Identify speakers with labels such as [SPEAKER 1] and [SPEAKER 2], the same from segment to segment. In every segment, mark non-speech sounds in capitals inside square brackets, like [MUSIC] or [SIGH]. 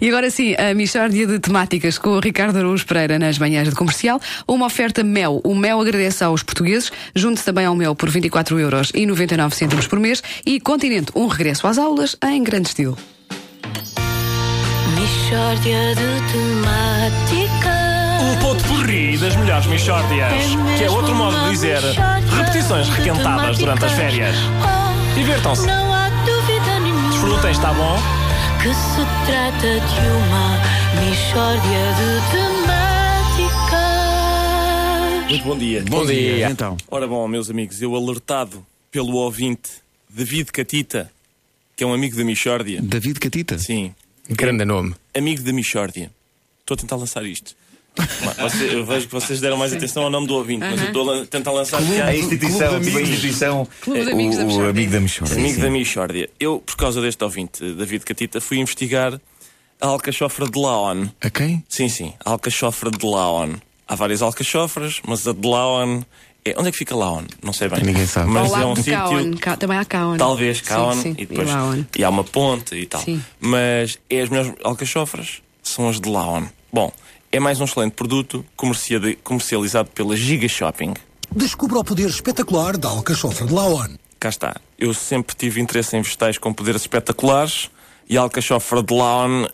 [SPEAKER 1] E agora sim, a Michórdia de Temáticas com o Ricardo Araújo Pereira nas manhãs de comercial. Uma oferta Mel. O Mel agradece aos portugueses. Junte-se também ao Mel por 24 euros e 99 cêntimos por mês. E Continente, um regresso às aulas em grande estilo.
[SPEAKER 2] Mishória de
[SPEAKER 3] O
[SPEAKER 2] temáticas.
[SPEAKER 3] ponto porri das melhores Michórdias,
[SPEAKER 2] mesmo
[SPEAKER 3] que é outro modo de
[SPEAKER 2] uma
[SPEAKER 3] dizer
[SPEAKER 2] mixórdia
[SPEAKER 3] repetições
[SPEAKER 2] de
[SPEAKER 3] requentadas durante as
[SPEAKER 2] temáticas.
[SPEAKER 3] férias.
[SPEAKER 2] Oh,
[SPEAKER 3] Divirtam-se.
[SPEAKER 2] Não há dúvida nenhuma
[SPEAKER 3] Desfrutem, está bom?
[SPEAKER 2] que se trata de uma Mishória de temáticas.
[SPEAKER 3] Muito bom dia.
[SPEAKER 4] Bom dia. Então,
[SPEAKER 3] Ora bom, meus amigos, eu alertado pelo ouvinte David Catita, que é um amigo da Michórdia.
[SPEAKER 4] David Catita.
[SPEAKER 3] Sim,
[SPEAKER 5] Grande nome.
[SPEAKER 3] amigo da Michórdia. Estou a tentar lançar isto. Você- eu vejo que vocês deram mais atenção ao nome do ouvinte, mas eu estou a lan- tentar
[SPEAKER 6] A
[SPEAKER 3] lançar piadas.
[SPEAKER 6] instituição,
[SPEAKER 4] Clube de
[SPEAKER 6] tipo a
[SPEAKER 4] Amigos.
[SPEAKER 6] instituição,
[SPEAKER 1] Clube de
[SPEAKER 6] eh,
[SPEAKER 1] Amigos da
[SPEAKER 6] o, o
[SPEAKER 1] Michórdia.
[SPEAKER 6] amigo da Michórdia.
[SPEAKER 3] Amigo
[SPEAKER 6] sim.
[SPEAKER 3] da Michórdia, eu, por causa deste ouvinte, David Catita, fui investigar a alcachofra de Laon.
[SPEAKER 4] A quem?
[SPEAKER 3] Sim, sim, a alcachofra de Laon. Há várias alcachofras, mas a de Laon. É... Onde é que fica Laon? Não sei bem.
[SPEAKER 4] Ninguém sabe.
[SPEAKER 3] Mas
[SPEAKER 1] ao lado
[SPEAKER 3] é um
[SPEAKER 1] de Caon.
[SPEAKER 3] sítio.
[SPEAKER 1] Ca- Também há Caon.
[SPEAKER 3] Talvez
[SPEAKER 1] Sim,
[SPEAKER 3] Caon
[SPEAKER 1] sim,
[SPEAKER 3] e depois.
[SPEAKER 1] Laon.
[SPEAKER 3] E há uma ponte e tal.
[SPEAKER 1] Sim.
[SPEAKER 3] Mas é as melhores alcachofras são as de Laon. Bom, é mais um excelente produto comercia- comercializado pela Giga Shopping.
[SPEAKER 7] Descubra o poder espetacular da alcachofra de Laon.
[SPEAKER 3] Cá está. Eu sempre tive interesse em vegetais com poderes espetaculares e a alcachofra de Laon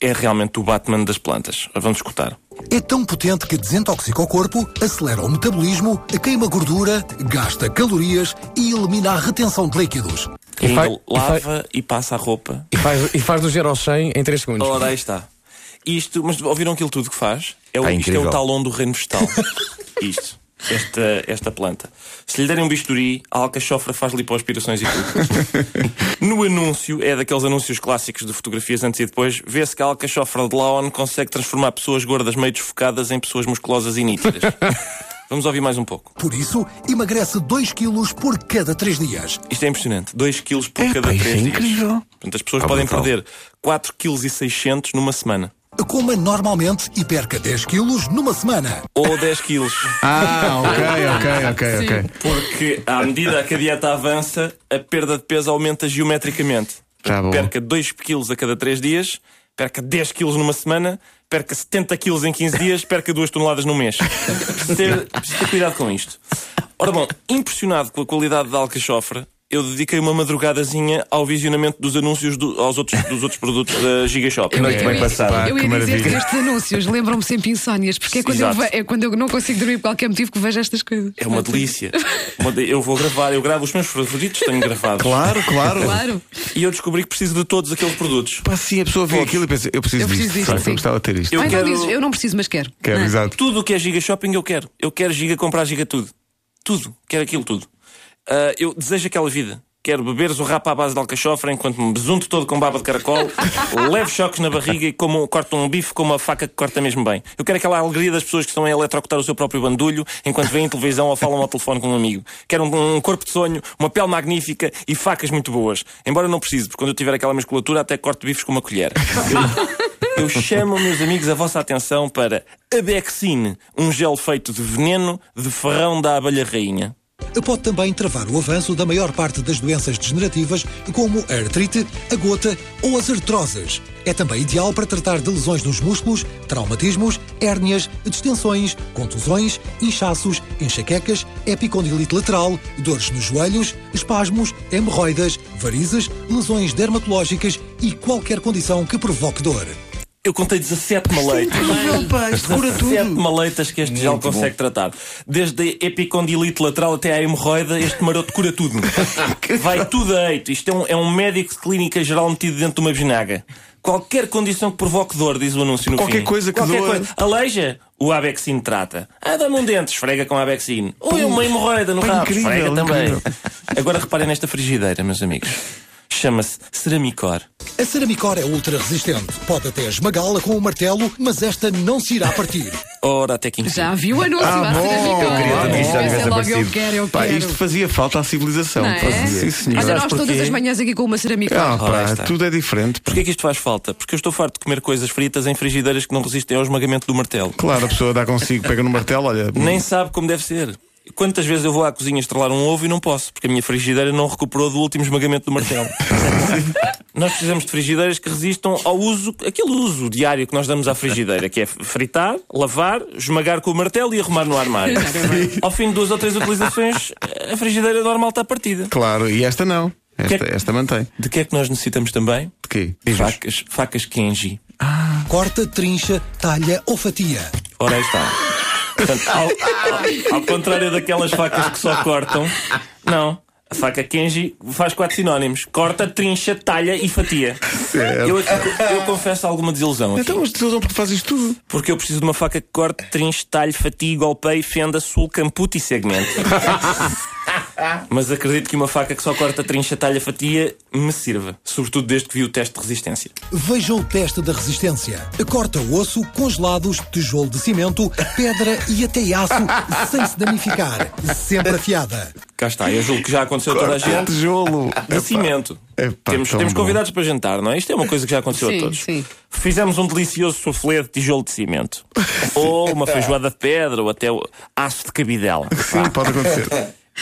[SPEAKER 3] é realmente o Batman das plantas. Vamos escutar.
[SPEAKER 7] É tão potente que desintoxica o corpo, acelera o metabolismo, queima gordura, gasta calorias e elimina a retenção de líquidos.
[SPEAKER 5] E
[SPEAKER 3] Ainda
[SPEAKER 5] fa- e fa-
[SPEAKER 3] lava e passa a roupa
[SPEAKER 5] E faz, e faz do 0 ao 100 em 3 segundos.
[SPEAKER 3] Ora, aí está. Isto, mas ouviram aquilo tudo que faz? É o,
[SPEAKER 6] Está
[SPEAKER 3] isto é o
[SPEAKER 6] incrível.
[SPEAKER 3] talão do reino
[SPEAKER 4] [LAUGHS]
[SPEAKER 3] vegetal. isto. Esta, esta planta. Se lhe derem um bisturi, a alcachofra faz lipoaspirações e
[SPEAKER 4] [LAUGHS]
[SPEAKER 3] tudo. no anúncio, é daqueles anúncios clássicos de fotografias antes e depois, vê-se que a alcachofra de Laon consegue transformar pessoas gordas meio desfocadas em pessoas musculosas e
[SPEAKER 4] [LAUGHS]
[SPEAKER 3] nítidas. Vamos ouvir mais um pouco.
[SPEAKER 7] Por isso, emagrece 2 quilos por cada 3 dias.
[SPEAKER 3] Isto é impressionante. 2 kg por cada
[SPEAKER 4] pá,
[SPEAKER 3] 3
[SPEAKER 4] isto é
[SPEAKER 3] dias.
[SPEAKER 4] incrível.
[SPEAKER 3] Portanto, as pessoas
[SPEAKER 6] Tá
[SPEAKER 3] podem
[SPEAKER 6] brutal.
[SPEAKER 3] perder 4 kg e 600 numa semana.
[SPEAKER 7] Coma normalmente e perca 10 quilos numa semana.
[SPEAKER 3] Ou 10 quilos.
[SPEAKER 4] Ah, ok, ok, ok, ok.
[SPEAKER 3] Porque à medida que a dieta avança, a perda de peso aumenta geometricamente.
[SPEAKER 4] Tá bom.
[SPEAKER 3] Perca 2 quilos a cada 3 dias, perca 10 quilos numa semana, perca 70 quilos em 15 dias, perca 2 toneladas num mês. Precisa ter, precisa ter cuidado com isto. Ora bom, impressionado com a qualidade da alcachofra, eu dediquei uma madrugadazinha ao visionamento dos anúncios do- aos outros, dos outros produtos da Giga Shop.
[SPEAKER 6] Noite
[SPEAKER 1] Eu
[SPEAKER 6] bem
[SPEAKER 1] ia-
[SPEAKER 6] passada.
[SPEAKER 1] Eu ia
[SPEAKER 6] que
[SPEAKER 1] dizer que
[SPEAKER 6] maravilha.
[SPEAKER 1] estes anúncios lembram-me sempre insónias, porque é quando, eu,
[SPEAKER 3] Exato.
[SPEAKER 1] ve- é quando eu não consigo dormir por qualquer motivo que vejo estas coisas.
[SPEAKER 3] É uma delícia. Uma de- Eu vou gravar, eu gravo os meus favoritos, tenho gravados.
[SPEAKER 4] Claro, claro.
[SPEAKER 1] Claro.
[SPEAKER 3] E eu descobri que preciso de todos aqueles produtos.
[SPEAKER 4] Pá, sim, a pessoa vê
[SPEAKER 3] Todos.
[SPEAKER 4] aquilo e pensa, eu preciso,
[SPEAKER 1] Eu preciso
[SPEAKER 4] disto.
[SPEAKER 1] disto,
[SPEAKER 4] sabe?
[SPEAKER 1] sim.
[SPEAKER 4] Eu gostava de ter isto.
[SPEAKER 3] Eu
[SPEAKER 1] Ah,
[SPEAKER 3] quero-
[SPEAKER 1] então dizes, eu não preciso, mas quero.
[SPEAKER 4] Quero,
[SPEAKER 1] Não é?
[SPEAKER 4] exato.
[SPEAKER 3] Tudo o que é Giga Shopping eu quero. Eu quero Giga comprar Giga tudo. Tudo. Quero aquilo tudo. Ah, eu desejo aquela vida. Quero beber zurrapa à base de alcachofra enquanto me besunto todo com baba de caracol, levo choques na barriga e como, corto um bife com uma faca que corta mesmo bem. Eu quero aquela alegria das pessoas que estão a eletrocutar o seu próprio bandulho enquanto veem televisão ou falam ao telefone com um amigo. Quero um, um corpo de sonho, uma pele magnífica e facas muito boas. Embora não precise, porque quando eu tiver aquela musculatura até corto bifes com uma colher. Eu chamo, meus amigos, a vossa atenção para Abexine, um gel feito de veneno de ferrão da abelha rainha.
[SPEAKER 7] Pode também travar o avanço da maior parte das doenças degenerativas, como a artrite, a gota ou as artroses. É também ideal para tratar de lesões nos músculos, traumatismos, hérnias, distensões, contusões, inchaços, enxaquecas, epicondilite lateral, dores nos joelhos, espasmos, hemorroidas, varizes, lesões dermatológicas e qualquer condição que provoque dor.
[SPEAKER 3] Eu contei 17 maleitas.
[SPEAKER 4] é Incrível, pá, isto cura
[SPEAKER 3] 17
[SPEAKER 4] tudo.
[SPEAKER 3] maleitas que este gel consegue tratar. Desde a epicondilite lateral até à hemorroida, este maroto cura
[SPEAKER 4] [LAUGHS]
[SPEAKER 3] tudo. Vai tudo a eito. Isto é um, é um médico de clínica geral metido dentro de uma vinaga. Qualquer condição que provoque dor, diz o anúncio no
[SPEAKER 4] Qualquer
[SPEAKER 3] fim.
[SPEAKER 4] coisa que
[SPEAKER 3] Qualquer
[SPEAKER 4] doa.
[SPEAKER 3] coisa. Aleija, o Abexine trata. Ah, dá-me um dente, esfrega com a Abexine. Ou é uma hemorroida no
[SPEAKER 4] Pá,
[SPEAKER 3] rabo,
[SPEAKER 4] incrível,
[SPEAKER 3] esfrega também.
[SPEAKER 4] incrível.
[SPEAKER 3] Agora reparem nesta frigideira, meus amigos. Chama-se Ceramicor.
[SPEAKER 7] A ceramicor é ultra resistente. Pode até esmagá-la com um martelo, mas esta não se irá partir.
[SPEAKER 3] Ora, até que enfim.
[SPEAKER 1] Já viu o anúncio
[SPEAKER 4] Ah,
[SPEAKER 1] à
[SPEAKER 4] bom,
[SPEAKER 1] Ceramicor?
[SPEAKER 4] queria
[SPEAKER 6] também, isto já
[SPEAKER 1] Pensa
[SPEAKER 6] tivesse
[SPEAKER 1] logo, eu
[SPEAKER 6] aparecido.
[SPEAKER 1] quero, eu
[SPEAKER 4] Pá,
[SPEAKER 1] quero.
[SPEAKER 4] isto fazia falta à civilização.
[SPEAKER 1] Não é?
[SPEAKER 4] Fazia. Sim,
[SPEAKER 1] Olha,
[SPEAKER 4] senhor.
[SPEAKER 3] Sabes
[SPEAKER 1] nós todas
[SPEAKER 3] porquê?
[SPEAKER 1] as manhãs aqui com uma Ceramicor.
[SPEAKER 4] Ah,
[SPEAKER 3] Ora,
[SPEAKER 4] pá,
[SPEAKER 3] está.
[SPEAKER 4] tudo é diferente. pá.
[SPEAKER 3] Porquê que isto faz falta? Porque eu estou farto de comer coisas fritas em frigideiras que não resistem ao esmagamento do martelo.
[SPEAKER 4] Claro, a pessoa dá consigo, pega no martelo, olha.
[SPEAKER 3] Nem sabe como deve ser. Quantas vezes eu vou à cozinha estrelar um ovo e não posso, porque a minha frigideira não recuperou do último esmagamento do
[SPEAKER 4] [LAUGHS]
[SPEAKER 3] martelo. nós precisamos de frigideiras que resistam ao uso, aquele uso diário que nós damos à frigideira, que é fritar, lavar, esmagar com o martelo e arrumar no armário. ao fim de duas ou três utilizações, a frigideira normal está partida.
[SPEAKER 4] Claro, e esta não. Esta, esta mantém.
[SPEAKER 3] De que é que nós necessitamos também?
[SPEAKER 4] De quê? Diz-nos.
[SPEAKER 3] Facas, facas Kenji.
[SPEAKER 7] Corta, trincha, talha ou fatia.
[SPEAKER 3] Ora aí está. Portanto, ao, ao- ao contrário daquelas facas que só cortam, não. A faca Kenji faz quatro sinónimos: corta, trincha, talha e fatia. Eu, aqui- eu confesso alguma desilusão. Aqui,
[SPEAKER 4] Então, mas tu não porque fazes tudo.
[SPEAKER 3] porque eu preciso de uma faca que corte, trinche, talhe, fatie, golpeie, fenda, sulca, ampute e segmente. Mas acredito que uma faca que só corta, trincha, talha, fatia me sirva. Sobretudo desde que vi o teste de resistência.
[SPEAKER 7] Veja o teste da resistência. Corta osso, congelados, tijolo de cimento, pedra e até aço, [LAUGHS] sem se danificar. Sempre afiada.
[SPEAKER 3] Cá está, eu julgo que já aconteceu a toda a gente.
[SPEAKER 4] É Tijolo.
[SPEAKER 3] De É cimento.
[SPEAKER 4] Epá,
[SPEAKER 3] temos
[SPEAKER 4] tão
[SPEAKER 3] temos
[SPEAKER 4] bom.
[SPEAKER 3] convidados para jantar, não é? Isto é uma coisa que já aconteceu
[SPEAKER 1] Sim,
[SPEAKER 3] a todos.
[SPEAKER 1] sim.
[SPEAKER 3] Fizemos um delicioso soufflé de tijolo de
[SPEAKER 4] [LAUGHS]
[SPEAKER 3] cimento. ou uma feijoada de pedra, ou até o aço de
[SPEAKER 4] [LAUGHS]
[SPEAKER 3] cabidela.
[SPEAKER 4] Sim, pode acontecer.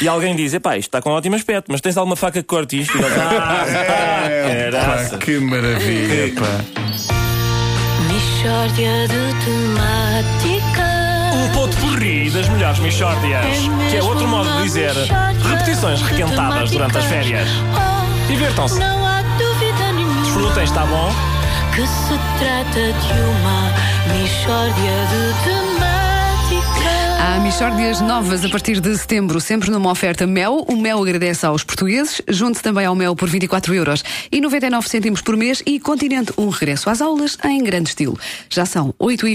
[SPEAKER 3] E alguém diz: epá, isto está com ótimo aspecto, mas tens alguma faca que corte isto? E nós, ah,
[SPEAKER 4] Pá,
[SPEAKER 3] caraça.
[SPEAKER 4] que maravilha, pá.
[SPEAKER 2] Mixórdia de temáticas.
[SPEAKER 3] O ponto porri das melhores Michordias,
[SPEAKER 2] É
[SPEAKER 3] que é outro
[SPEAKER 2] mesmo
[SPEAKER 3] modo de
[SPEAKER 2] uma
[SPEAKER 3] dizer
[SPEAKER 2] mixórdia
[SPEAKER 3] repetições
[SPEAKER 2] de
[SPEAKER 3] requentadas durante
[SPEAKER 2] temáticas.
[SPEAKER 3] as férias.
[SPEAKER 2] Oh,
[SPEAKER 3] Divertam-se.
[SPEAKER 2] Não há dúvida nenhuma.
[SPEAKER 3] Desfrutem, está bom?
[SPEAKER 2] que se trata de uma mixórdia de temáticas.
[SPEAKER 1] Há Michórdias novas a partir de setembro, sempre numa oferta Mel. O Mel agradece aos portugueses. Junte-se também ao Mel por 24 euros e 99 cêntimos por mês. E Continente, um regresso às aulas em grande estilo. Já são 8 e